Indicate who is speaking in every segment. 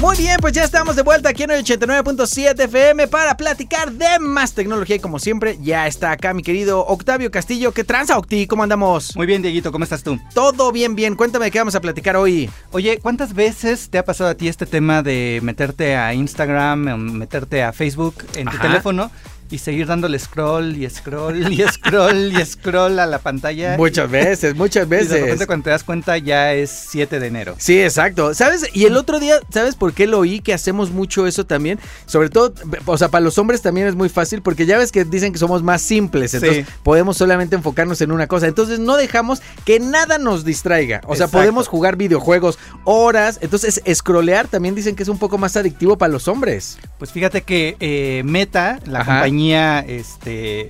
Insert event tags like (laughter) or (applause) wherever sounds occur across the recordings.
Speaker 1: Muy bien, pues ya estamos de vuelta aquí en el 89.7 FM para platicar de más tecnología. Y como siempre, ya está acá mi querido Octavio Castillo. ¿Qué tranza, Octi? ¿Cómo andamos?
Speaker 2: Muy bien, Dieguito, ¿cómo estás tú?
Speaker 1: Todo bien, bien. Cuéntame de qué vamos a platicar hoy.
Speaker 2: Oye, ¿cuántas veces te ha pasado a ti este tema de meterte a Instagram, em, meterte a Facebook en tu
Speaker 1: Ajá.
Speaker 2: teléfono y seguir dándole scroll y scroll y (laughs) scroll y scroll a la pantalla?
Speaker 1: veces, (laughs) muchas
Speaker 2: Y de repente cuando te das cuenta ya es 7 de enero.
Speaker 1: Sí, exacto. ¿Sabes? Y el otro día, ¿sabes por qué lo oí? Que hacemos mucho eso también. Sobre todo, o sea, para los hombres también es muy fácil porque ya ves que dicen que somos más simples. Entonces,
Speaker 2: Sí.
Speaker 1: podemos solamente enfocarnos en una cosa. Entonces, no dejamos que nada nos distraiga. O sea,
Speaker 2: Exacto.
Speaker 1: podemos jugar videojuegos horas. Entonces, scrollear también dicen que es un poco más adictivo para los hombres.
Speaker 2: Pues fíjate que eh, Meta, la
Speaker 1: Ajá.
Speaker 2: compañía este,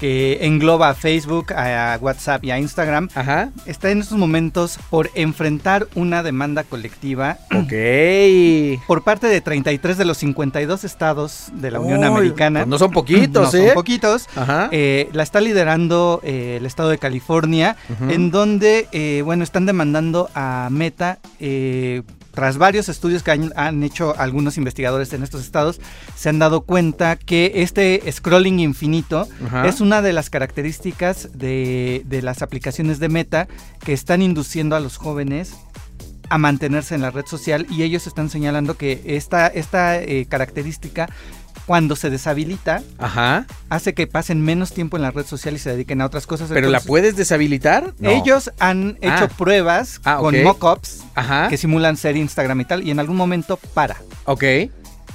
Speaker 2: que engloba a Facebook, a WhatsApp y a Instagram,
Speaker 1: (clears throat) Ajá.
Speaker 2: está en estos momentos por enfrentar una demanda colectiva
Speaker 1: Ok.
Speaker 2: por parte de 33 de los 52 estados de la Unión
Speaker 1: Uy,
Speaker 2: Americana.
Speaker 1: pues no son poquitos,
Speaker 2: No
Speaker 1: ¿eh?
Speaker 2: son poquitos.
Speaker 1: Ajá.
Speaker 2: Eh, la está liderando eh, el estado de California,
Speaker 1: Ujú.
Speaker 2: en donde, eh, bueno, están demandando a Meta. eh, tras varios estudios que han, han hecho algunos investigadores en estos estados, se han dado cuenta que este scrolling infinito
Speaker 1: Ajá.
Speaker 2: es una de las características de, de las aplicaciones de Meta que están induciendo a los jóvenes a mantenerse en la red social y ellos están señalando que esta, esta eh, característica cuando se deshabilita
Speaker 1: Ajá.
Speaker 2: hace que pasen menos tiempo en la red social y se dediquen a otras cosas.
Speaker 1: ¿Pero la
Speaker 2: Entonces,
Speaker 1: puedes deshabilitar? No.
Speaker 2: Ellos han
Speaker 1: Ah.
Speaker 2: hecho pruebas
Speaker 1: Ah,
Speaker 2: con
Speaker 1: ok. Ah.
Speaker 2: mockups
Speaker 1: Ajá.
Speaker 2: que simulan ser Instagram y tal y en algún momento para.
Speaker 1: Ok.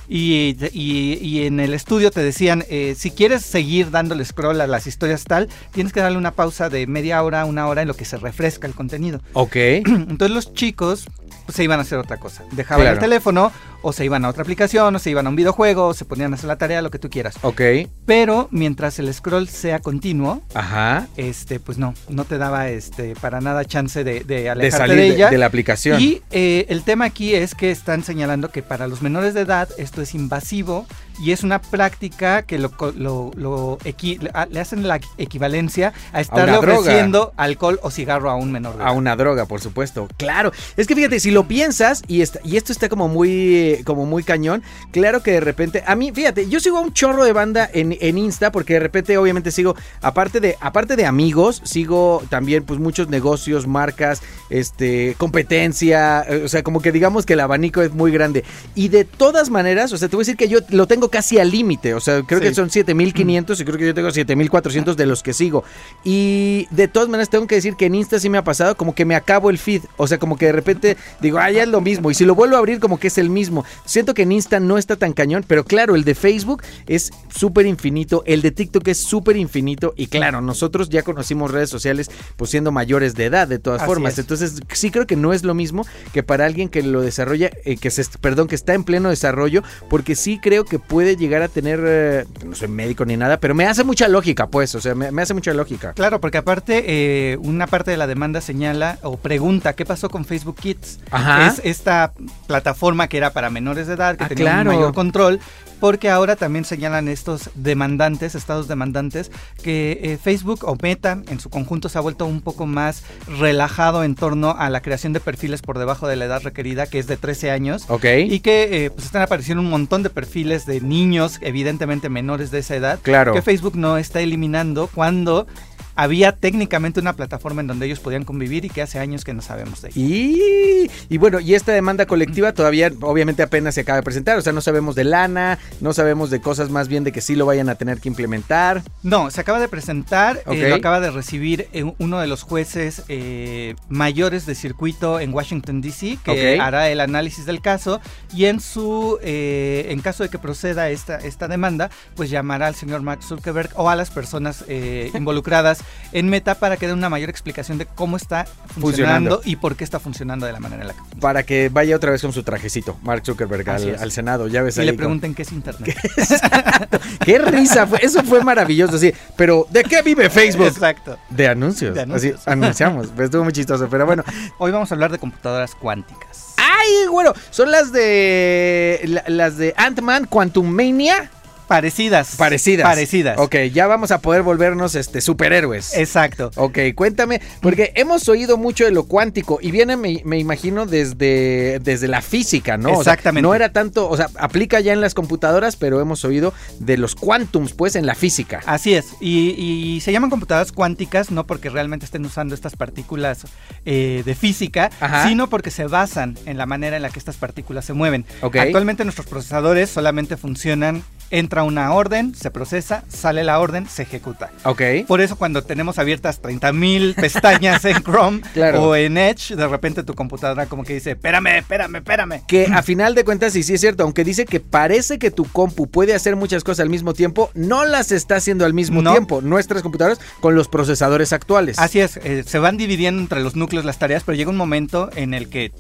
Speaker 2: Y, y- y en el estudio te decían, eh, si quieres seguir dándole scroll a las historias tal, tienes que darle una pausa de media hora, una hora en lo que se refresca el contenido. (clears throat)
Speaker 1: Ok.
Speaker 2: Entonces los chicos pues, se iban a hacer otra cosa. Dejaban
Speaker 1: Claro.
Speaker 2: el teléfono o se iban a otra aplicación o se iban a un videojuego o se ponían a hacer la tarea, lo que tú quieras.
Speaker 1: Ok.
Speaker 2: Pero mientras el scroll sea continuo,
Speaker 1: Ajá.
Speaker 2: este, pues no, no te daba este, para nada chance de, de
Speaker 1: de
Speaker 2: alejarte
Speaker 1: salir
Speaker 2: de
Speaker 1: de,
Speaker 2: ella.
Speaker 1: de la aplicación.
Speaker 2: Y eh, el tema aquí es que están señalando que para los menores de edad esto es invasivo y es una práctica que lo, co- lo- lo equi- le a- le hacen la equivalencia a estarle
Speaker 1: una droga.
Speaker 2: ofreciendo alcohol o cigarro a un menor de edad.
Speaker 1: a una droga, por supuesto. Claro, es que fíjate, si lo piensas y, está- y esto está como muy eh, como muy cañón, claro que de repente a mí, fíjate, yo sigo a un chorro de banda en, en Insta porque de repente obviamente sigo aparte de aparte de amigos, sigo también pues muchos negocios, marcas, este, competencia, eh, o sea, como que digamos que el abanico es muy grande. Y de todas maneras, o sea, te voy a decir que yo lo tengo casi al límite, o sea, creo
Speaker 2: Sí.
Speaker 1: que son 7500 y creo que yo tengo 7400 de los que sigo. Y de todas maneras tengo que decir que en Insta sí me ha pasado como que me acabo el feed. O sea, como que de repente digo, ah, ya es lo mismo. Y si lo vuelvo a abrir, como que es el mismo. Siento que en Insta no está tan cañón, pero claro, el de Facebook es súper infinito, el de TikTok es súper infinito. Y claro, nosotros ya conocimos redes sociales pues siendo mayores de edad, de todas
Speaker 2: Así
Speaker 1: formas.
Speaker 2: es.
Speaker 1: Entonces sí creo que no es lo mismo que para alguien que lo desarrolla, eh, que se, est- perdón, que está en pleno desarrollo, porque sí creo que puede llegar a tener, eh, no soy médico ni nada, pero me hace mucha lógica, pues, o sea, me, me hace mucha lógica.
Speaker 2: Claro, porque aparte eh, una parte de la demanda señala o pregunta qué pasó con Facebook Kids.
Speaker 1: Ajá.
Speaker 2: Es esta plataforma que era para menores de edad, que
Speaker 1: Ah,
Speaker 2: tenía un
Speaker 1: claro.
Speaker 2: mayor control, porque ahora también señalan estos demandantes, estados demandantes, que eh, Facebook o Meta en su conjunto se ha vuelto un poco más relajado en torno a la creación de perfiles por debajo de la edad requerida, que es de 13 años.
Speaker 1: Ok.
Speaker 2: Y que eh, pues están apareciendo un montón de perfiles de niños, evidentemente menores de esa edad,
Speaker 1: Claro.
Speaker 2: que Facebook no está eliminando cuando había técnicamente una plataforma en donde ellos podían convivir y que hace años que no sabemos de ella.
Speaker 1: Y, y bueno, y esta demanda colectiva todavía obviamente apenas se acaba de presentar, o sea, no sabemos de lana, no sabemos de cosas más bien de que sí lo vayan a tener que implementar.
Speaker 2: No, se acaba de presentar, eh,
Speaker 1: Ok.
Speaker 2: lo acaba de recibir eh, uno de los jueces eh, mayores de circuito en Washington, D.C., que
Speaker 1: Ok.
Speaker 2: hará el análisis del caso y en su, eh, en caso de
Speaker 1: (laughs)
Speaker 2: que proceda esta, esta demanda, pues llamará al señor Mark Zuckerberg o a las personas eh, involucradas en Meta para que dé una mayor explicación de cómo está funcionando,
Speaker 1: Funcionando.
Speaker 2: y por qué está funcionando de la manera en la que funciona.
Speaker 1: Para que vaya otra vez con su trajecito, Mark Zuckerberg,
Speaker 2: Así
Speaker 1: al,
Speaker 2: es.
Speaker 1: al Senado. Ya ves
Speaker 2: Y
Speaker 1: ahí
Speaker 2: le
Speaker 1: con-
Speaker 2: pregunten qué es Internet.
Speaker 1: ¡Qué risa! Fue- Eso fue maravilloso, sí. Pero, ¿de qué vive (laughs)
Speaker 2: (laughs)
Speaker 1: Facebook?
Speaker 2: Exacto.
Speaker 1: De anuncios.
Speaker 2: De anuncios.
Speaker 1: Así,
Speaker 2: (laughs)
Speaker 1: anunciamos. Pues, estuvo muy chistoso, pero bueno.
Speaker 2: Hoy vamos a hablar de computadoras cuánticas.
Speaker 1: ¡Ay, bueno! Son las de. la- las de Ant-Man Quantum Mania.
Speaker 2: Parecidas.
Speaker 1: Parecidas.
Speaker 2: Parecidas.
Speaker 1: Ok, ya vamos a poder volvernos este, superhéroes.
Speaker 2: Exacto.
Speaker 1: Ok, cuéntame, porque hemos oído mucho de lo cuántico y viene, me, me imagino, desde, desde la física, ¿no? O sea,
Speaker 2: Exactamente.
Speaker 1: no era tanto, o sea, aplica ya en las computadoras, pero hemos oído de los quantums, pues, en la física.
Speaker 2: Así es, y, y se llaman computadoras cuánticas no porque realmente estén usando estas partículas eh, de física,
Speaker 1: Ajá.
Speaker 2: sino porque se basan en la manera en la que estas partículas se mueven.
Speaker 1: Ok.
Speaker 2: Actualmente nuestros procesadores solamente funcionan, entra una orden, se procesa, sale la orden, se ejecuta.
Speaker 1: Ok.
Speaker 2: Por eso cuando tenemos
Speaker 1: (laughs)
Speaker 2: abiertas 30.000 pestañas en Chrome
Speaker 1: Claro.
Speaker 2: o en Edge, de repente tu computadora como que dice, espérame, espérame, espérame.
Speaker 1: Que a final de cuentas, y sí es cierto, aunque dice que parece que tu compu puede hacer muchas cosas al mismo tiempo, no las está haciendo al mismo
Speaker 2: No.
Speaker 1: tiempo nuestras computadoras con los procesadores actuales.
Speaker 2: Así es, eh, se van dividiendo entre los núcleos las tareas, pero llega un momento en el que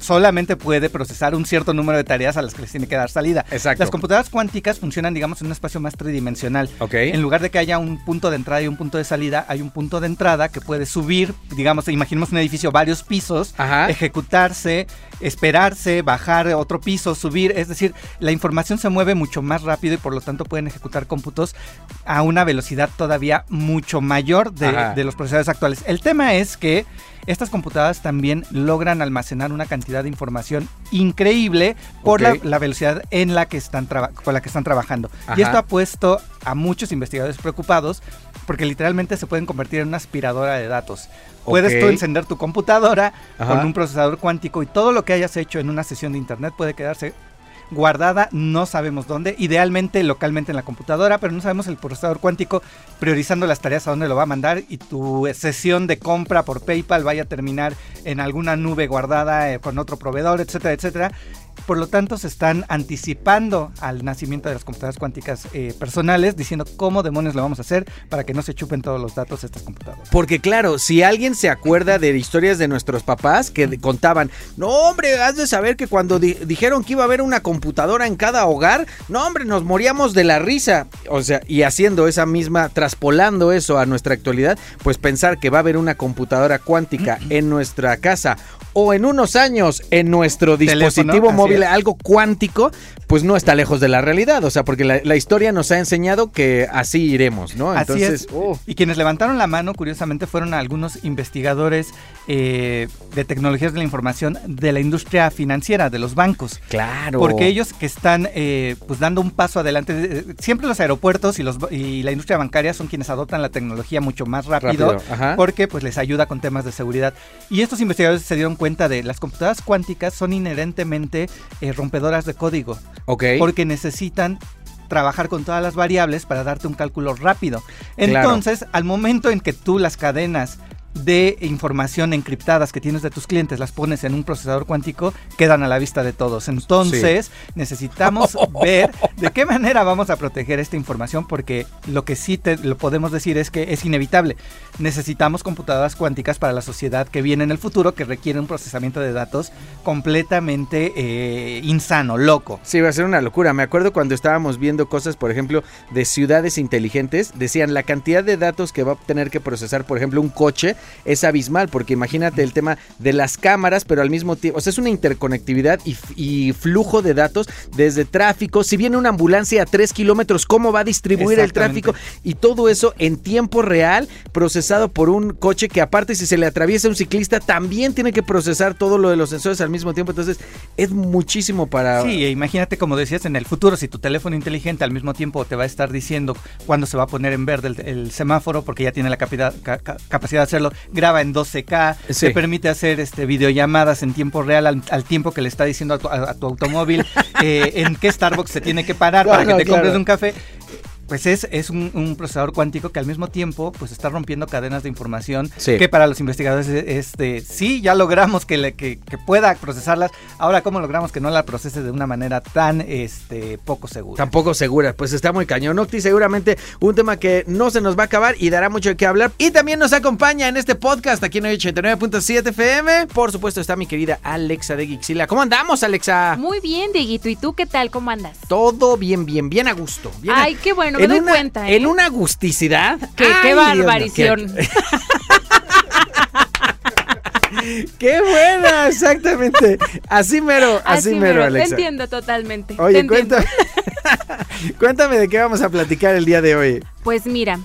Speaker 2: solamente puede procesar un cierto número de tareas a las que les tiene que dar salida.
Speaker 1: Exacto.
Speaker 2: Las computadoras cuánticas funcionan, digamos, en un espacio más tridimensional.
Speaker 1: ok.
Speaker 2: En lugar de que haya un punto de entrada y un punto de salida, hay un punto de entrada que puede subir, digamos, imaginemos un edificio, varios pisos,
Speaker 1: Ajá.
Speaker 2: ejecutarse, esperarse, bajar otro piso, subir. Es decir, la información se mueve mucho más rápido y por lo tanto pueden ejecutar cómputos a una velocidad todavía mucho mayor
Speaker 1: Ajá.
Speaker 2: de, de los procesadores actuales. El tema es que estas computadoras también logran almacenar una cantidad de información increíble por
Speaker 1: Ok.
Speaker 2: la, la velocidad en la que están traba- con la que están trabajando.
Speaker 1: Ajá.
Speaker 2: Y esto ha puesto a muchos investigadores preocupados porque literalmente se pueden convertir en una aspiradora de datos. Puedes tú
Speaker 1: Ok.
Speaker 2: encender tu computadora
Speaker 1: Ajá.
Speaker 2: con un procesador cuántico y todo lo que hayas hecho en una sesión de internet puede quedarse guardada, no sabemos dónde, idealmente localmente en la computadora, pero no sabemos el procesador cuántico priorizando las tareas a dónde lo va a mandar y tu eh, sesión de compra por PayPal vaya a terminar en alguna nube guardada eh, con otro proveedor, etcétera, etcétera. Por lo tanto, se están anticipando al nacimiento de las computadoras cuánticas eh, personales, diciendo cómo demonios lo vamos a hacer para que no se chupen todos los datos de estas computadoras.
Speaker 1: Porque claro, si alguien se acuerda de historias de nuestros papás que de- contaban, no hombre, has de saber que cuando di- dijeron que iba a haber una computadora en cada hogar, no hombre, nos moríamos de la risa. O sea, y haciendo esa misma, traspolando eso a nuestra actualidad, pues pensar que va a haber una computadora cuántica en nuestra casa o en unos años en nuestro
Speaker 2: Teléfono,
Speaker 1: dispositivo
Speaker 2: así
Speaker 1: móvil,
Speaker 2: es.
Speaker 1: algo cuántico, pues no está lejos de la realidad. O sea, porque la, la historia nos ha enseñado que así iremos, ¿no?
Speaker 2: Así
Speaker 1: Entonces,
Speaker 2: es.
Speaker 1: oh,
Speaker 2: Y quienes levantaron la mano, curiosamente, fueron algunos investigadores eh, de tecnologías de la información de la industria financiera, de los bancos.
Speaker 3: Oh.
Speaker 1: claro.
Speaker 2: Porque ellos que están eh, pues dando un paso adelante, eh, siempre los aeropuertos y, los, ba- y la industria bancaria son quienes adoptan la tecnología mucho más rápido,
Speaker 1: Rápido, Ah. ajá.
Speaker 2: porque pues les ayuda con temas de seguridad. Y estos investigadores se dieron cuenta de las computadoras cuánticas son inherentemente eh, rompedoras de código,
Speaker 1: Ok.
Speaker 2: porque necesitan trabajar con todas las variables para darte un cálculo rápido.
Speaker 1: Claro.
Speaker 2: Entonces, al momento en que tú las cadenas de información encriptadas que tienes de tus clientes las pones en un procesador cuántico, quedan a la vista de todos. Entonces,
Speaker 1: (laughs)
Speaker 2: necesitamos ver de qué manera vamos a proteger esta información porque lo que sí te lo podemos decir es que es inevitable. Necesitamos computadoras cuánticas para la sociedad que viene en el futuro que requiere un procesamiento de datos completamente eh, insano, loco.
Speaker 1: Sí, va a ser una locura. Me acuerdo cuando estábamos viendo cosas, por ejemplo, de ciudades inteligentes, decían la cantidad de datos que va a tener que procesar, por ejemplo, un coche es abismal, porque imagínate el tema de las cámaras, pero al mismo tiempo, o sea, es una interconectividad y, f- y flujo de datos desde tráfico. Si viene una ambulancia a 3 kilómetros, ¿cómo va a distribuir el
Speaker 2: Exactamente.
Speaker 1: tráfico? Y todo eso en tiempo real, procesado por un coche que aparte si se le atraviesa un ciclista, también tiene que procesar todo lo de los sensores al mismo tiempo. Entonces, es muchísimo para...
Speaker 2: Sí, e imagínate como decías en el futuro, si tu teléfono inteligente al mismo tiempo te va a estar diciendo cuándo se va a poner en verde el, el semáforo porque ya tiene la capida- ca- ca- capacidad de hacerlo, graba en 12K,
Speaker 1: Sí.
Speaker 2: te permite hacer este videollamadas en tiempo real al, al tiempo que le está
Speaker 1: (laughs)
Speaker 2: diciendo a tu, a- a tu automóvil eh, en qué Starbucks se tiene que parar
Speaker 1: No,
Speaker 2: para que
Speaker 1: no,
Speaker 2: te
Speaker 1: claro.
Speaker 2: compres un café. pues es, es un, un procesador cuántico que al mismo tiempo pues está rompiendo cadenas de información
Speaker 1: Sí.
Speaker 2: que para los investigadores este sí ya logramos que, le- que, que pueda procesarlas ahora cómo logramos que no la procese de una manera tan este poco segura
Speaker 1: Tampoco segura, pues está muy cañón. Octi, seguramente un tema que no se nos va a acabar y dará mucho de qué hablar. Y también nos acompaña en este podcast aquí en 89.7 FM. Por supuesto está mi querida Alexa de Gixila. ¿Cómo andamos, Alexa?
Speaker 4: (laughs) Muy bien, Dieguito. ¿Y tú qué tal? ¿Cómo andas?
Speaker 1: Todo bien, bien, bien a gusto. Bien a-
Speaker 4: Ay, qué bueno, me doy
Speaker 1: una,
Speaker 4: cuenta. ¿eh?
Speaker 1: En una gusticidad.
Speaker 4: Qué,
Speaker 1: Ay,
Speaker 4: qué
Speaker 1: Dios mío,
Speaker 4: barbarición.
Speaker 1: (laughs) qué- Qué buena, exactamente. Así mero, así, mero,
Speaker 4: Te
Speaker 1: Alexa.
Speaker 4: entiendo totalmente. te
Speaker 1: Oye,
Speaker 4: entiendo.
Speaker 1: cuéntame, (laughs) cuéntame de qué vamos a platicar el día de hoy.
Speaker 4: Pues mira,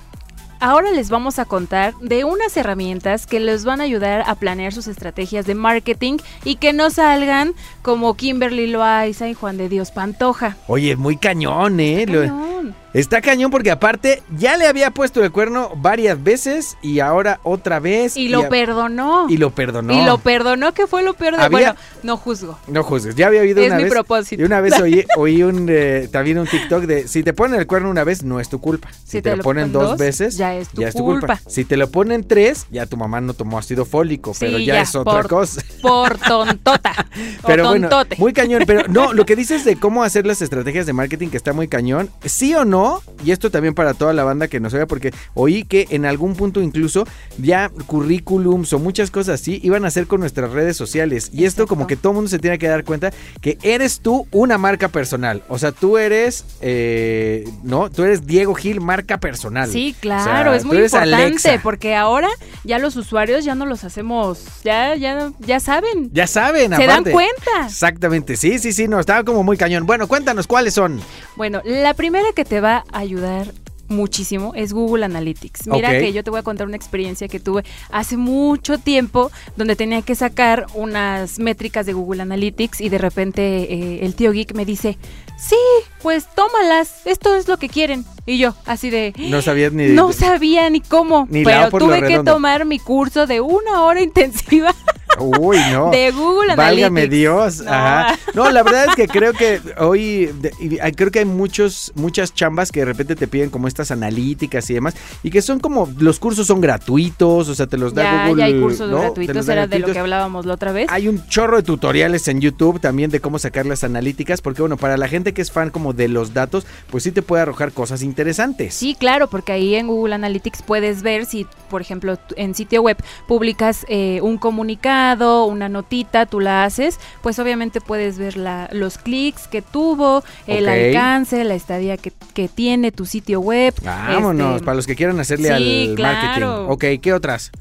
Speaker 4: ahora les vamos a contar de unas herramientas que les van a ayudar a planear sus estrategias de marketing y que no salgan como Kimberly Loaiza y Juan de Dios Pantoja.
Speaker 1: Oye, muy cañón, ¿eh? Lo-
Speaker 4: Cañón.
Speaker 1: Está cañón porque aparte ya le había puesto el cuerno varias veces y ahora otra vez.
Speaker 4: Y lo
Speaker 1: a-
Speaker 4: perdonó.
Speaker 1: Y lo perdonó.
Speaker 4: Y lo perdonó, que fue lo peor de...
Speaker 1: Había-
Speaker 4: Bueno, no juzgo.
Speaker 1: No juzgues, ya había habido
Speaker 4: Es
Speaker 1: una
Speaker 4: mi
Speaker 1: vez.
Speaker 4: propósito.
Speaker 1: Y una vez
Speaker 4: (laughs)
Speaker 1: oí, oí un, eh, también un TikTok de si te ponen el cuerno una vez, no es tu culpa. Si, te, lo ponen dos, veces,
Speaker 4: ya es tu culpa.
Speaker 1: Si te lo ponen tres, ya tu mamá no tomó ácido fólico, pero
Speaker 4: Sí,
Speaker 1: ya,
Speaker 4: ya,
Speaker 1: es otra
Speaker 4: por-
Speaker 1: cosa.
Speaker 4: Por tontota.
Speaker 1: (laughs) Pero
Speaker 4: o
Speaker 1: bueno,
Speaker 4: tontote.
Speaker 1: muy cañón. Pero
Speaker 4: (laughs)
Speaker 1: no, lo que dices de cómo hacer las estrategias de marketing que está muy cañón, sí o no, y esto también para toda la banda que nos oiga, porque oí que en algún punto incluso ya currículums o muchas cosas así iban a hacer con nuestras redes sociales. Y esto
Speaker 4: Exacto.
Speaker 1: como que todo mundo se tiene que dar cuenta que eres tú una marca personal. O sea, tú eres, eh, no, tú eres Diego Gil, marca personal.
Speaker 4: Sí,
Speaker 1: sea,
Speaker 4: claro, es
Speaker 1: tú
Speaker 4: muy
Speaker 1: eres
Speaker 4: importante
Speaker 1: Alexa.
Speaker 4: porque ahora ya los usuarios ya no los hacemos, ya ya ya saben,
Speaker 1: Ya saben,
Speaker 4: se dan
Speaker 1: aparte.
Speaker 4: cuenta.
Speaker 1: Exactamente, sí, sí, sí, no, estaba como muy cañón. Bueno, cuéntanos cuáles son.
Speaker 4: Bueno, la primera que te va a ayudar muchísimo es Google Analytics. Mira
Speaker 1: Ok.
Speaker 4: que yo te voy a contar una experiencia que tuve hace mucho tiempo donde tenía que sacar unas métricas de Google Analytics y de repente eh, el tío geek me dice, sí, pues tómalas, esto es lo que quieren. Y yo así de...
Speaker 1: No sabías ni
Speaker 4: No sabía ni cómo,
Speaker 1: Ni la
Speaker 4: pero
Speaker 1: O por lo
Speaker 4: tuve que
Speaker 1: redondo.
Speaker 4: tomar mi curso de una hora (laughs) intensiva
Speaker 1: Uy, no.
Speaker 4: de Google Analytics.
Speaker 1: Válgame Dios.
Speaker 4: No.
Speaker 1: Ajá. No, la verdad es que creo que hoy de- y hay- creo que hay muchos, muchas chambas que de repente te piden como estas analíticas y demás. Y que son como, los cursos son gratuitos, o sea, te los da
Speaker 4: ya,
Speaker 1: Google.
Speaker 4: ya hay cursos
Speaker 1: ¿no? Te los
Speaker 4: gratuitos,
Speaker 1: da
Speaker 4: era de lo
Speaker 1: gratuitos.
Speaker 4: que hablábamos la otra vez.
Speaker 1: Hay un chorro de tutoriales en YouTube también de cómo sacar las analíticas, porque bueno, para la gente que es fan como de los datos, pues sí te puede arrojar cosas interesantes.
Speaker 4: Sí, claro, porque ahí en Google Analytics puedes ver si, por ejemplo, tú- en sitio web publicas eh, un comunicado, una notita, tú la haces, pues obviamente puedes ver la- los clics que tuvo, el
Speaker 1: Ok.
Speaker 4: alcance, la estadía que, que tiene tu sitio web.
Speaker 1: Vámonos,
Speaker 4: este,
Speaker 1: para los que quieran hacerle
Speaker 4: sí,
Speaker 1: al
Speaker 4: claro.
Speaker 1: marketing. Ok, ¿qué otras?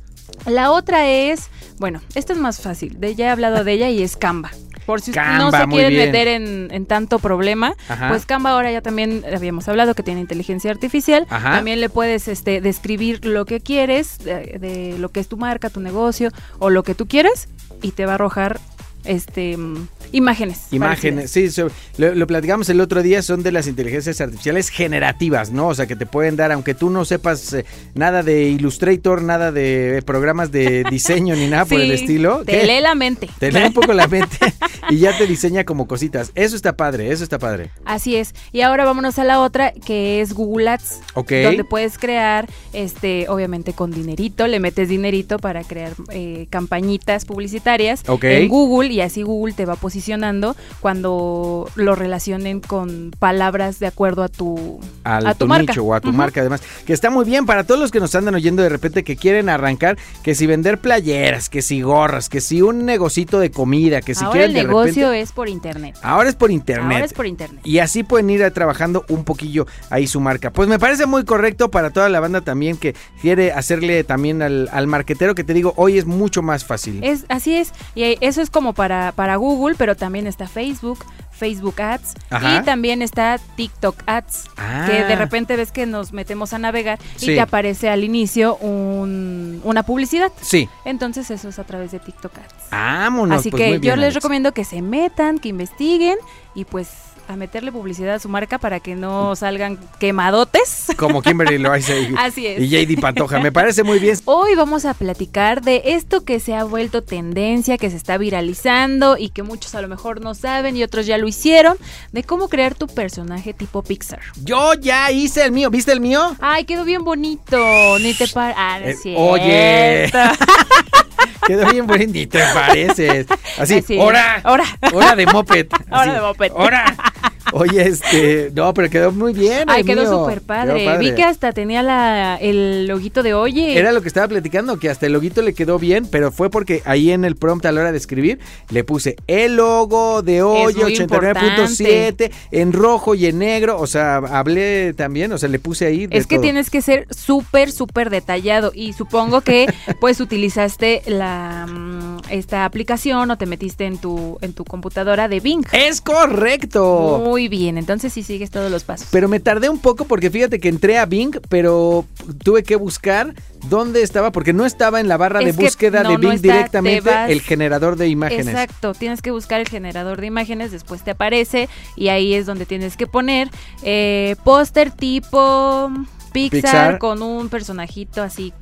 Speaker 4: La otra es, bueno, esta es más fácil, de, ya he hablado de ella y es Canva. Por si no
Speaker 1: Canva,
Speaker 4: se
Speaker 1: muy
Speaker 4: quieren
Speaker 1: bien.
Speaker 4: meter en, en tanto problema,
Speaker 1: Ajá.
Speaker 4: pues Canva ahora ya también habíamos hablado que tiene inteligencia artificial.
Speaker 1: Ajá.
Speaker 4: También le puedes este, describir lo que quieres, de, de lo que es tu marca, tu negocio o lo que tú quieres y te va a arrojar este mm, imágenes.
Speaker 1: Imágenes, sí, so- lo, lo platicamos el otro día, son de las inteligencias artificiales generativas, ¿no? O sea, que te pueden dar, aunque tú no sepas eh, nada de Illustrator, nada de eh, programas
Speaker 4: (laughs)
Speaker 1: de diseño ni nada Ah, por el
Speaker 4: Sí,
Speaker 1: estilo.
Speaker 4: Te
Speaker 1: ¿qué?
Speaker 4: lee la mente.
Speaker 1: Te lee un poco la mente y ya te diseña como cositas. Eso está padre, eso está padre.
Speaker 4: Así es. Y ahora vámonos a la otra que es Google Ads.
Speaker 1: Ok.
Speaker 4: donde puedes crear, este, obviamente con dinerito, le metes dinerito para crear eh, campañitas publicitarias
Speaker 1: Ok.
Speaker 4: en Google y así Google te va posicionando cuando lo relacionen con palabras de acuerdo a tu
Speaker 1: al
Speaker 4: a tu
Speaker 1: tu
Speaker 4: marca.
Speaker 1: nicho o a tu
Speaker 4: Ujú.
Speaker 1: marca además que está muy bien para todos los que nos andan oyendo de repente que quieren arrancar que si vender playeras que si gorras que si un negocito de comida que si
Speaker 4: ahora
Speaker 1: quieren de
Speaker 4: el negocio
Speaker 1: repente-
Speaker 4: es por internet.
Speaker 1: ahora es por internet
Speaker 4: Ahora es por internet.
Speaker 1: y así pueden ir eh, trabajando un poquillo ahí su marca. Pues me parece muy correcto para toda la banda también que quiere hacerle también al, al marquetero que te digo, hoy es mucho más fácil.
Speaker 4: Es, así es, y eh, eso es como para, para Google, pero también está Facebook, Facebook Ads,
Speaker 1: Ajá.
Speaker 4: y también está TikTok Ads,
Speaker 1: Ah.
Speaker 4: que de repente ves que nos metemos a navegar
Speaker 1: Sí.
Speaker 4: y te aparece al inicio un- una publicidad.
Speaker 1: Sí.
Speaker 4: Entonces eso es a través de TikTok Ads.
Speaker 1: Vámonos.
Speaker 4: Así
Speaker 1: pues,
Speaker 4: que
Speaker 1: muy bien,
Speaker 4: yo les
Speaker 1: Alex.
Speaker 4: recomiendo que se metan, que investiguen y pues a meterle publicidad a su marca para que no salgan quemadotes.
Speaker 1: Como Kimberly Loaiza y,
Speaker 4: (laughs) Así es.
Speaker 1: y JD Pantoja. Me parece muy bien.
Speaker 4: Hoy vamos a platicar de esto que se ha vuelto tendencia, que se está viralizando y que muchos a lo mejor no saben y otros ya lo hicieron, de cómo crear tu personaje tipo Pixar.
Speaker 1: Yo ya hice el mío. ¿Viste el mío?
Speaker 4: Ay, quedó bien bonito. Ni te par- Ah, no es
Speaker 1: Eh,
Speaker 4: (laughs)
Speaker 1: oye.
Speaker 4: cierto.
Speaker 1: Quedó bien bonito, te pareces. Así,
Speaker 4: Así.
Speaker 1: ¡hora!
Speaker 4: Hora.
Speaker 1: ¡Hora de moped!
Speaker 4: (laughs) Hora
Speaker 1: Así,
Speaker 4: de moped.
Speaker 1: ¡Hora! Oye, este, no, pero quedó muy bien
Speaker 4: Ay,
Speaker 1: el
Speaker 4: quedó
Speaker 1: mío.
Speaker 4: súper
Speaker 1: Quedó
Speaker 4: padre. Vi que hasta tenía la, el loguito de oye.
Speaker 1: Era lo que estaba platicando, que hasta el loguito le quedó bien, pero fue porque ahí en el prompt a la hora de escribir le puse el logo de hoy
Speaker 4: muy
Speaker 1: 89.7 en rojo y en negro, o sea, hablé también, o sea, le puse ahí de
Speaker 4: Es que
Speaker 1: todo.
Speaker 4: tienes que ser súper, súper detallado y
Speaker 1: (laughs)
Speaker 4: supongo que pues utilizaste la mm, esta aplicación o te metiste en tu en tu computadora de Bing.
Speaker 1: Es correcto.
Speaker 4: Muy bien, entonces sí sigues todos los pasos.
Speaker 1: Pero me tardé un poco porque fíjate que entré a Bing, pero tuve que buscar dónde estaba, porque no estaba en la barra
Speaker 4: Es
Speaker 1: de
Speaker 4: que
Speaker 1: búsqueda
Speaker 4: no,
Speaker 1: de
Speaker 4: no
Speaker 1: Bing
Speaker 4: está, te
Speaker 1: directamente
Speaker 4: vas-
Speaker 1: el generador de imágenes.
Speaker 4: Exacto, tienes que buscar el generador de imágenes, después te aparece y ahí es donde tienes que poner eh, póster tipo Pixar,
Speaker 1: Pixar.
Speaker 4: con un personajito así.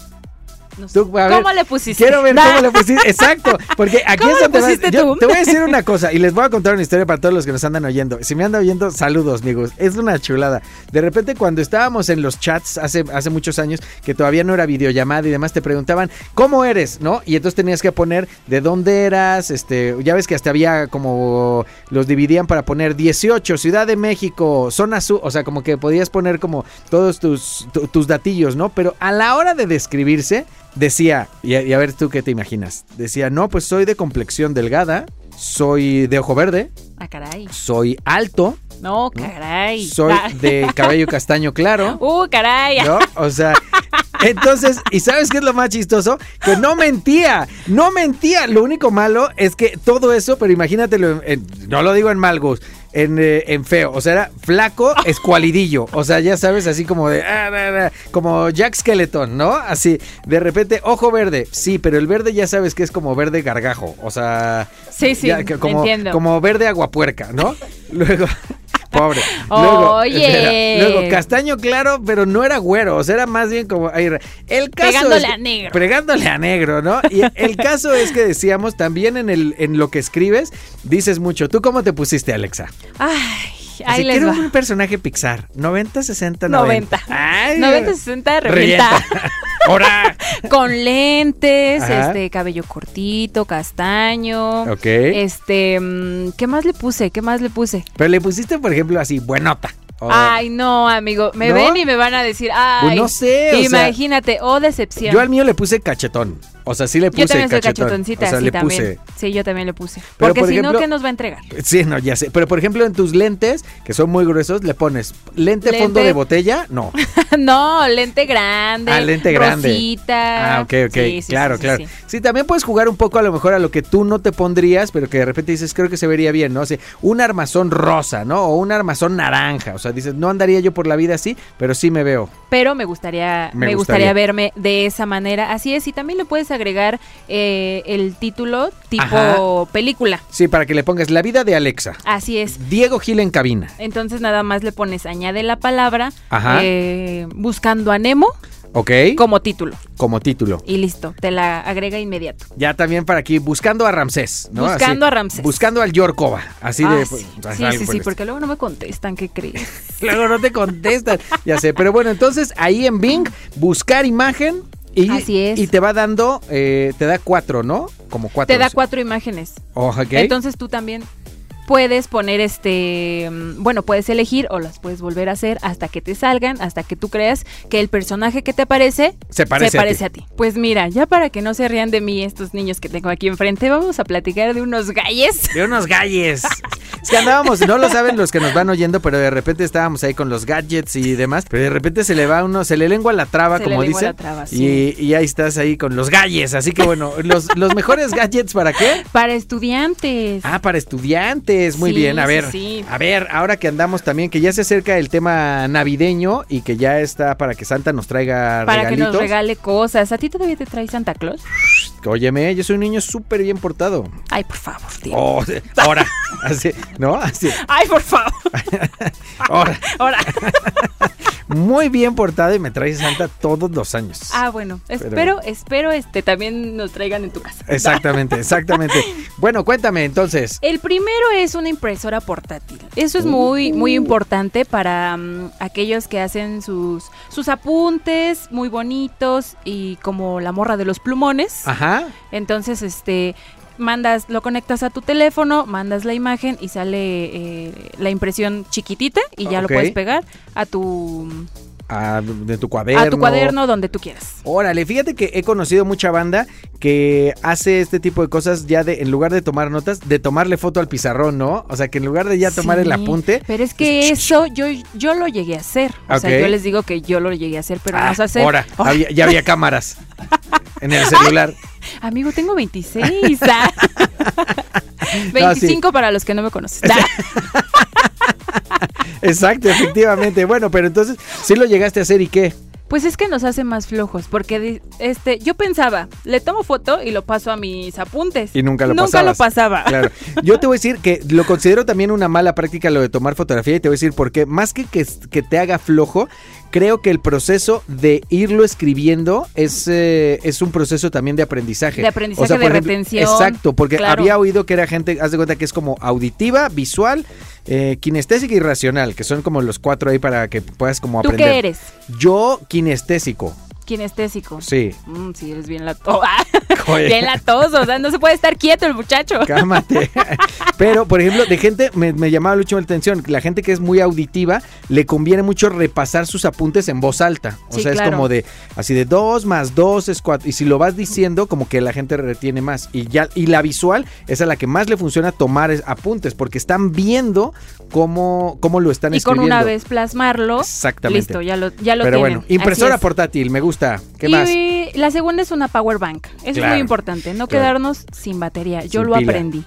Speaker 4: no sé.
Speaker 1: Tú, a ver,
Speaker 4: ¿Cómo le pusiste?
Speaker 1: Quiero ver
Speaker 4: Da.
Speaker 1: cómo le pusiste. Exacto. Porque aquí
Speaker 4: ¿Cómo
Speaker 1: es
Speaker 4: le
Speaker 1: donde vas-
Speaker 4: pusiste
Speaker 1: yo
Speaker 4: tú?
Speaker 1: Te voy a decir una cosa y les voy a contar una historia para todos los que nos andan oyendo. Si me andan oyendo, saludos, amigos. Es una chulada. De repente, cuando estábamos en los chats hace, hace muchos años, que todavía no era videollamada y demás, te preguntaban, ¿cómo eres? ¿No? Y entonces tenías que poner de dónde eras. Este, ya ves que hasta había como. Los dividían para poner 18, Ciudad de México, Zona Sur. O sea, como que podías poner como todos tus, tu- tus datillos, ¿no? Pero a la hora de describirse, decía, y a, y a ver tú qué te imaginas, decía, no, pues soy de complexión delgada, soy de ojo verde,
Speaker 4: Ah, caray.
Speaker 1: soy alto,
Speaker 4: No, caray.
Speaker 1: soy
Speaker 4: Ah.
Speaker 1: de cabello castaño claro.
Speaker 4: Uh, caray.
Speaker 1: ¿No? O sea, entonces, ¿y sabes qué es lo más chistoso? Que no mentía, no mentía. Lo único malo es que todo eso, pero imagínatelo, en- en- no lo digo en mal gusto, en, eh, en feo, o sea, era
Speaker 4: (laughs)
Speaker 1: flaco, escualidillo, o sea, ya sabes, así como de, ah, na, na, como Jack Skeleton, ¿no? Así, de repente, ojo verde, sí, pero el verde ya sabes que es como verde gargajo, o sea,
Speaker 4: Sí, sí,
Speaker 1: ya que como,
Speaker 4: entiendo.
Speaker 1: como verde aguapuerca, ¿no? (laughs) Luego, pobre.
Speaker 4: Oye.
Speaker 1: espera, (laughs) luego, castaño claro, pero no era güero, o sea, era más bien como ay, el caso
Speaker 4: Pegándole
Speaker 1: es que-
Speaker 4: a negro.
Speaker 1: Pegándole a negro, ¿no? Y el caso es que decíamos también en el en lo que escribes dices mucho. ¿Tú cómo te pusiste, Alexa?
Speaker 4: Ay, ahí
Speaker 1: Así,
Speaker 4: les
Speaker 1: quiero
Speaker 4: va.
Speaker 1: un personaje Pixar, 90 60 90.
Speaker 4: 90. 90, 60, revienta.
Speaker 1: revienta. Ahora.
Speaker 4: Con lentes,
Speaker 1: Ajá.
Speaker 4: este, cabello cortito, castaño.
Speaker 1: Ok.
Speaker 4: Este, mm, ¿qué más le puse? ¿Qué más le puse?
Speaker 1: Pero le pusiste, por ejemplo, así buenota. o-
Speaker 4: Ay, no, amigo. Me
Speaker 1: Oh. ¿No?
Speaker 4: ven y me van a decir, ay.
Speaker 1: Pues no sé, o sea-
Speaker 4: Imagínate, oh, decepción.
Speaker 1: Yo al mío le puse cachetón. O sea, sí le puse
Speaker 4: Yo también soy
Speaker 1: cachetón.
Speaker 4: cachetoncita,
Speaker 1: o sea,
Speaker 4: sí,
Speaker 1: le puse.
Speaker 4: también. Sí, yo también le puse.
Speaker 1: Pero,
Speaker 4: Porque
Speaker 1: por
Speaker 4: si no,
Speaker 1: ejemplo-
Speaker 4: ¿qué nos va a entregar? (laughs)
Speaker 1: Sí, no, ya sé. Pero por ejemplo, en tus lentes, que son muy gruesos, le pones lente,
Speaker 4: Lente.
Speaker 1: fondo de botella, no.
Speaker 4: no, lente grande.
Speaker 1: Ah, lente grande.
Speaker 4: Rosita.
Speaker 1: Ah, ok, ok.
Speaker 4: Sí, sí,
Speaker 1: claro,
Speaker 4: sí, sí,
Speaker 1: claro. Sí,
Speaker 4: sí.
Speaker 1: también puedes jugar un poco a lo mejor a lo que tú no te pondrías, pero que de repente dices, creo que se vería bien, ¿no? O sea, un armazón rosa, ¿no? O un armazón naranja. O sea, dices, no andaría yo por la vida así, pero sí me veo.
Speaker 4: pero me gustaría
Speaker 1: Me
Speaker 4: me, gustaría
Speaker 1: gustaría.
Speaker 4: verme de esa manera así es y también le puedes agregar eh, el título tipo
Speaker 1: Ajá.
Speaker 4: película
Speaker 1: Sí, para que le pongas la vida de Alexa.
Speaker 4: así es
Speaker 1: Diego Gil en cabina.
Speaker 4: entonces nada más le pones añade la palabra
Speaker 1: Ajá.
Speaker 4: eh, buscando a Nemo
Speaker 1: ¿Ok?
Speaker 4: como título
Speaker 1: Como título.
Speaker 4: y listo te la agrega inmediato
Speaker 1: Ya también para aquí, buscando a Ramsés, ¿no?
Speaker 4: Buscando
Speaker 1: Así,
Speaker 4: a Ramsés.
Speaker 1: Buscando al Yorkova. Así
Speaker 4: Ah,
Speaker 1: de.
Speaker 4: sí
Speaker 1: pues,
Speaker 4: sí
Speaker 1: algo
Speaker 4: sí,
Speaker 1: por
Speaker 4: sí,
Speaker 1: el
Speaker 4: porque luego no me contestan
Speaker 1: (laughs)
Speaker 4: qué crees
Speaker 1: Luego no te contestan. Ya sé, pero bueno, entonces ahí en Bing, buscar imagen y,
Speaker 4: Así es.
Speaker 1: y te va dando, eh, te da cuatro, ¿no? Como cuatro.
Speaker 4: te da
Speaker 1: sí.
Speaker 4: cuatro imágenes
Speaker 1: Oh, ok.
Speaker 4: Entonces tú también puedes poner este, mm, bueno, puedes elegir o las puedes volver a hacer hasta que te salgan, hasta que tú creas que el personaje que te aparece
Speaker 1: se parece.
Speaker 4: se
Speaker 1: a ti.
Speaker 4: parece a ti. Pues mira, ya para que no se rían de mí estos niños que tengo aquí enfrente, vamos a platicar de unos galles.
Speaker 1: De unos galles. (laughs) Es que andábamos, no lo saben los que nos van oyendo, pero de repente estábamos ahí con los gadgets y demás. Pero de repente se le va uno, se le lengua la traba,
Speaker 4: (laughs) Se le
Speaker 1: como
Speaker 4: lengua
Speaker 1: dicen.
Speaker 4: la traba, sí.
Speaker 1: y, y ahí estás ahí con los galles. Así que bueno, los, los mejores gadgets para qué? (laughs)
Speaker 4: Para estudiantes.
Speaker 1: Ah, para estudiantes. es, muy
Speaker 4: Sí,
Speaker 1: bien. A
Speaker 4: sí,
Speaker 1: ver,
Speaker 4: sí.
Speaker 1: a ver, ahora que andamos también, que ya se acerca el tema navideño y que ya está para que Santa nos traiga
Speaker 4: Para que
Speaker 1: regalitos.
Speaker 4: nos regale cosas. ¿A ti todavía te trae Santa Claus?
Speaker 1: Óyeme, yo soy un niño súper bien portado.
Speaker 4: Ay, por favor, tío.
Speaker 1: Oh, ahora, así, ¿no? Así,
Speaker 4: Ay, por favor. (laughs)
Speaker 1: ahora.
Speaker 4: Ahora.
Speaker 1: Muy bien portado y me trae Santa todos los años. (laughs)
Speaker 4: Ah, bueno. Espero, espero este también nos traigan en tu casa.
Speaker 1: Exactamente, exactamente. Bueno, cuéntame entonces.
Speaker 4: El primero es una impresora portátil. Eso es muy, muy
Speaker 1: Uh.
Speaker 4: importante para mm, aquellos que hacen sus, sus apuntes muy bonitos y como la morra de los plumones.
Speaker 1: Ajá.
Speaker 4: Entonces, este, mandas, lo conectas a tu teléfono, mandas la imagen y sale eh, la impresión chiquitita y ya lo
Speaker 1: Ok.
Speaker 4: puedes pegar a tu,
Speaker 1: Ah, de tu cuaderno.
Speaker 4: a tu cuaderno donde tú quieras.
Speaker 1: Órale, fíjate que he conocido mucha banda que hace este tipo de cosas ya de, en lugar de tomar notas, de tomarle foto al pizarrón, ¿no? O sea, que en lugar de ya tomar el
Speaker 4: Sí,
Speaker 1: apunte.
Speaker 4: Pero es que eso yo, yo lo llegué a hacer. O sea,
Speaker 1: Ok.
Speaker 4: yo les digo que yo lo llegué a hacer, pero no
Speaker 1: Ah,
Speaker 4: sé hacer. (laughs)
Speaker 1: ahora, había- ya había cámaras en el celular.
Speaker 4: Amigo,
Speaker 1: (laughs)
Speaker 4: tengo 26. ah. 25 para los que no me conocen. Ah.
Speaker 1: Exacto, efectivamente. Bueno, pero entonces, ¿sí lo llegaste a hacer y qué?
Speaker 4: Pues es que nos hace más flojos, porque di- este, yo pensaba, le tomo foto y lo paso a mis apuntes.
Speaker 1: Y nunca lo
Speaker 4: Nunca lo pasaba.
Speaker 1: pasabas. Claro. Yo te voy a decir que lo considero también una mala práctica lo de tomar fotografía y te voy a decir por qué. Más que que, que te haga flojo, creo que el proceso de irlo escribiendo es, eh, es un proceso también de aprendizaje.
Speaker 4: De aprendizaje, de
Speaker 1: por ejemplo,
Speaker 4: retención.
Speaker 1: Exacto, porque
Speaker 4: Claro.
Speaker 1: había oído que era gente, haz de cuenta que es como auditiva, visual, eh, kinestésica y racional, que son como los cuatro ahí para que puedas como
Speaker 4: ¿Tú
Speaker 1: aprender.
Speaker 4: qué eres?
Speaker 1: Yo kinestésico,
Speaker 4: Kinestésico. (laughs)
Speaker 1: sí.
Speaker 4: Mm, sí, eres bien latoso.
Speaker 1: Oye.
Speaker 4: bien latoso, o sea, no se puede estar quieto el muchacho.
Speaker 1: Cámate. Pero, por ejemplo, de gente, me, me llamaba mucho la atención, la gente que es muy auditiva, le conviene mucho repasar sus apuntes en voz alta. O
Speaker 4: Sí,
Speaker 1: sea, es
Speaker 4: claro.
Speaker 1: como de, así de dos más dos es cuatro. Y si lo vas diciendo, como que la gente retiene más. Y ya, y la visual es a la que más le funciona tomar es- apuntes, porque están viendo cómo, cómo lo están
Speaker 4: Y con
Speaker 1: escribiendo.
Speaker 4: una vez plasmarlo,
Speaker 1: Exactamente.
Speaker 4: listo, ya lo, ya lo
Speaker 1: Pero
Speaker 4: tienen.
Speaker 1: bueno, impresora
Speaker 4: Así es.
Speaker 1: portátil, me gusta. ¿Qué
Speaker 4: y
Speaker 1: más?
Speaker 4: la segunda es una power bank. Eso es
Speaker 1: Claro.
Speaker 4: muy importante, no
Speaker 1: Claro.
Speaker 4: quedarnos sin batería. Yo
Speaker 1: Sin
Speaker 4: lo
Speaker 1: pila. (laughs)
Speaker 4: aprendí.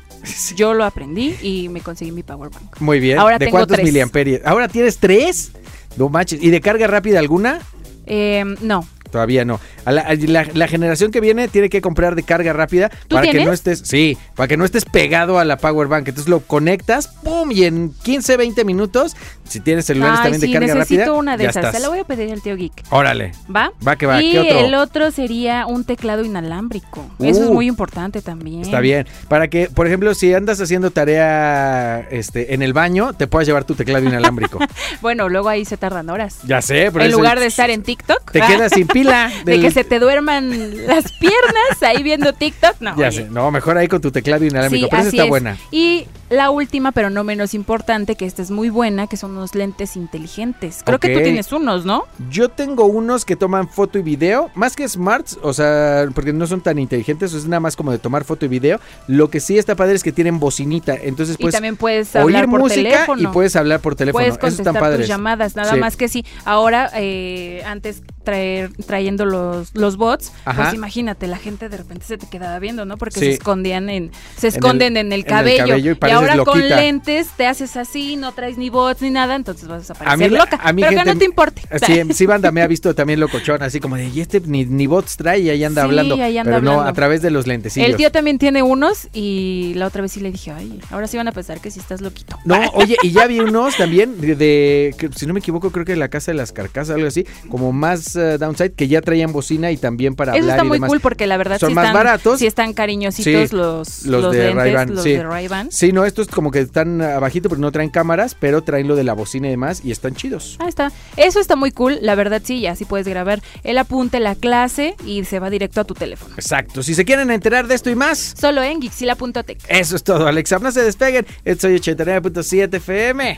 Speaker 4: Yo lo aprendí y me conseguí mi power bank.
Speaker 1: Muy bien.
Speaker 4: Ahora
Speaker 1: ¿De
Speaker 4: tengo
Speaker 1: cuántos
Speaker 4: tres.
Speaker 1: miliamperios? Ahora tienes tres. No manches. ¿Y de carga rápida alguna?
Speaker 4: Eh, no,
Speaker 1: Todavía no. A la, a la- la generación que viene tiene que comprar de carga rápida
Speaker 4: ¿Tú
Speaker 1: para que
Speaker 4: tienes?
Speaker 1: no estés, sí, para que no estés pegado a la power bank. Entonces lo conectas, pum, y en 15, 20 minutos, si tienes celulares
Speaker 4: Ay,
Speaker 1: también
Speaker 4: sí,
Speaker 1: de carga
Speaker 4: necesito
Speaker 1: rápida,
Speaker 4: una de
Speaker 1: ya
Speaker 4: esas.
Speaker 1: estás.
Speaker 4: Se la voy a pedir al tío Geek.
Speaker 1: Órale.
Speaker 4: ¿Va?
Speaker 1: Va que va.
Speaker 4: Y
Speaker 1: ¿Qué otro?
Speaker 4: el otro sería un teclado inalámbrico. Eso es
Speaker 1: Uh.
Speaker 4: muy importante también.
Speaker 1: Está bien. Para que, por ejemplo, si andas haciendo tarea este en el baño, te puedas llevar tu teclado
Speaker 4: (laughs)
Speaker 1: inalámbrico.
Speaker 4: Bueno, luego ahí se tardan horas.
Speaker 1: ya sé, pero
Speaker 4: en
Speaker 1: eso-
Speaker 4: lugar de estar en TikTok.
Speaker 1: te
Speaker 4: ¿va?
Speaker 1: quedas
Speaker 4: (laughs)
Speaker 1: sin pila
Speaker 4: De
Speaker 1: del-
Speaker 4: que se te duerman las piernas ahí viendo TikTok. No.
Speaker 1: Ya
Speaker 4: oye.
Speaker 1: sé. No, mejor ahí con tu teclado inalámbrico,
Speaker 4: Sí,
Speaker 1: pero esa
Speaker 4: así
Speaker 1: está
Speaker 4: es.
Speaker 1: buena.
Speaker 4: Y la última, pero no menos importante, que esta es muy buena, que son unos lentes inteligentes. Creo que
Speaker 1: Ok.
Speaker 4: tú tienes unos, ¿no?
Speaker 1: Yo tengo unos que toman foto y video, más que smarts, o sea, porque no son tan inteligentes, es nada más como de tomar foto y video. Lo que sí está padre es que tienen bocinita, entonces
Speaker 4: y
Speaker 1: puedes
Speaker 4: también puedes hablar
Speaker 1: oír
Speaker 4: por
Speaker 1: Pues, música
Speaker 4: teléfono.
Speaker 1: y puedes hablar por teléfono.
Speaker 4: Puedes
Speaker 1: Eso
Speaker 4: contestar
Speaker 1: están
Speaker 4: tus
Speaker 1: padres.
Speaker 4: llamadas, nada
Speaker 1: Sí.
Speaker 4: más que sí. Ahora, eh, antes traer, trayendo los, los bots,
Speaker 1: Ajá.
Speaker 4: pues imagínate, la gente de repente se te quedaba viendo, ¿no? Porque
Speaker 1: Sí.
Speaker 4: se escondían en, se
Speaker 1: el-
Speaker 4: esconden en
Speaker 1: en
Speaker 4: el,
Speaker 1: el
Speaker 4: cabello.
Speaker 1: cabello y
Speaker 4: y,
Speaker 1: pareces
Speaker 4: ahora con
Speaker 1: loquita.
Speaker 4: lentes te haces así, no traes ni bots ni nada, entonces vas a
Speaker 1: A mí
Speaker 4: parecer
Speaker 1: la-
Speaker 4: loca.
Speaker 1: a mí
Speaker 4: Pero
Speaker 1: gente-
Speaker 4: que no te importe.
Speaker 1: Sí,
Speaker 4: (laughs)
Speaker 1: sí, banda me ha visto también locochón, así como de, y este ni, ni bots trae y ahí anda
Speaker 4: Sí,
Speaker 1: hablando.
Speaker 4: ahí anda
Speaker 1: pero no,
Speaker 4: hablando.
Speaker 1: a través de los lentecillos.
Speaker 4: el tío también tiene unos y la otra vez sí le dije, ay, ahora sí van a pensar que sí estás loquito.
Speaker 1: No, oye, y ya vi unos también de, de- que, si no me equivoco, creo que la casa de las carcasas, algo así, como más eh, downside, que ya traían bocina y también para
Speaker 4: Eso
Speaker 1: hablar
Speaker 4: está
Speaker 1: y
Speaker 4: muy
Speaker 1: demás.
Speaker 4: cool porque la verdad
Speaker 1: Son
Speaker 4: sí
Speaker 1: más
Speaker 4: están,
Speaker 1: baratos.
Speaker 4: sí están cariñositos
Speaker 1: Sí,
Speaker 4: los,
Speaker 1: los
Speaker 4: los,
Speaker 1: de
Speaker 4: lentes,
Speaker 1: Ray-Ban,
Speaker 4: los
Speaker 1: sí.
Speaker 4: de Ray-Ban.
Speaker 1: Sí, no, estos como que están abajito, pero no traen cámaras, pero traen lo de la bocina y demás y están chidos.
Speaker 4: Ah, está. Eso está muy cool, la verdad sí, ya sí puedes grabar el apunte, la clase y se va directo a tu teléfono.
Speaker 1: Exacto. Si se quieren enterar de esto y más,
Speaker 4: Solo en Gixila.tech.
Speaker 1: eso es todo, Alexa. No se despeguen. Esto es 89.7 FM.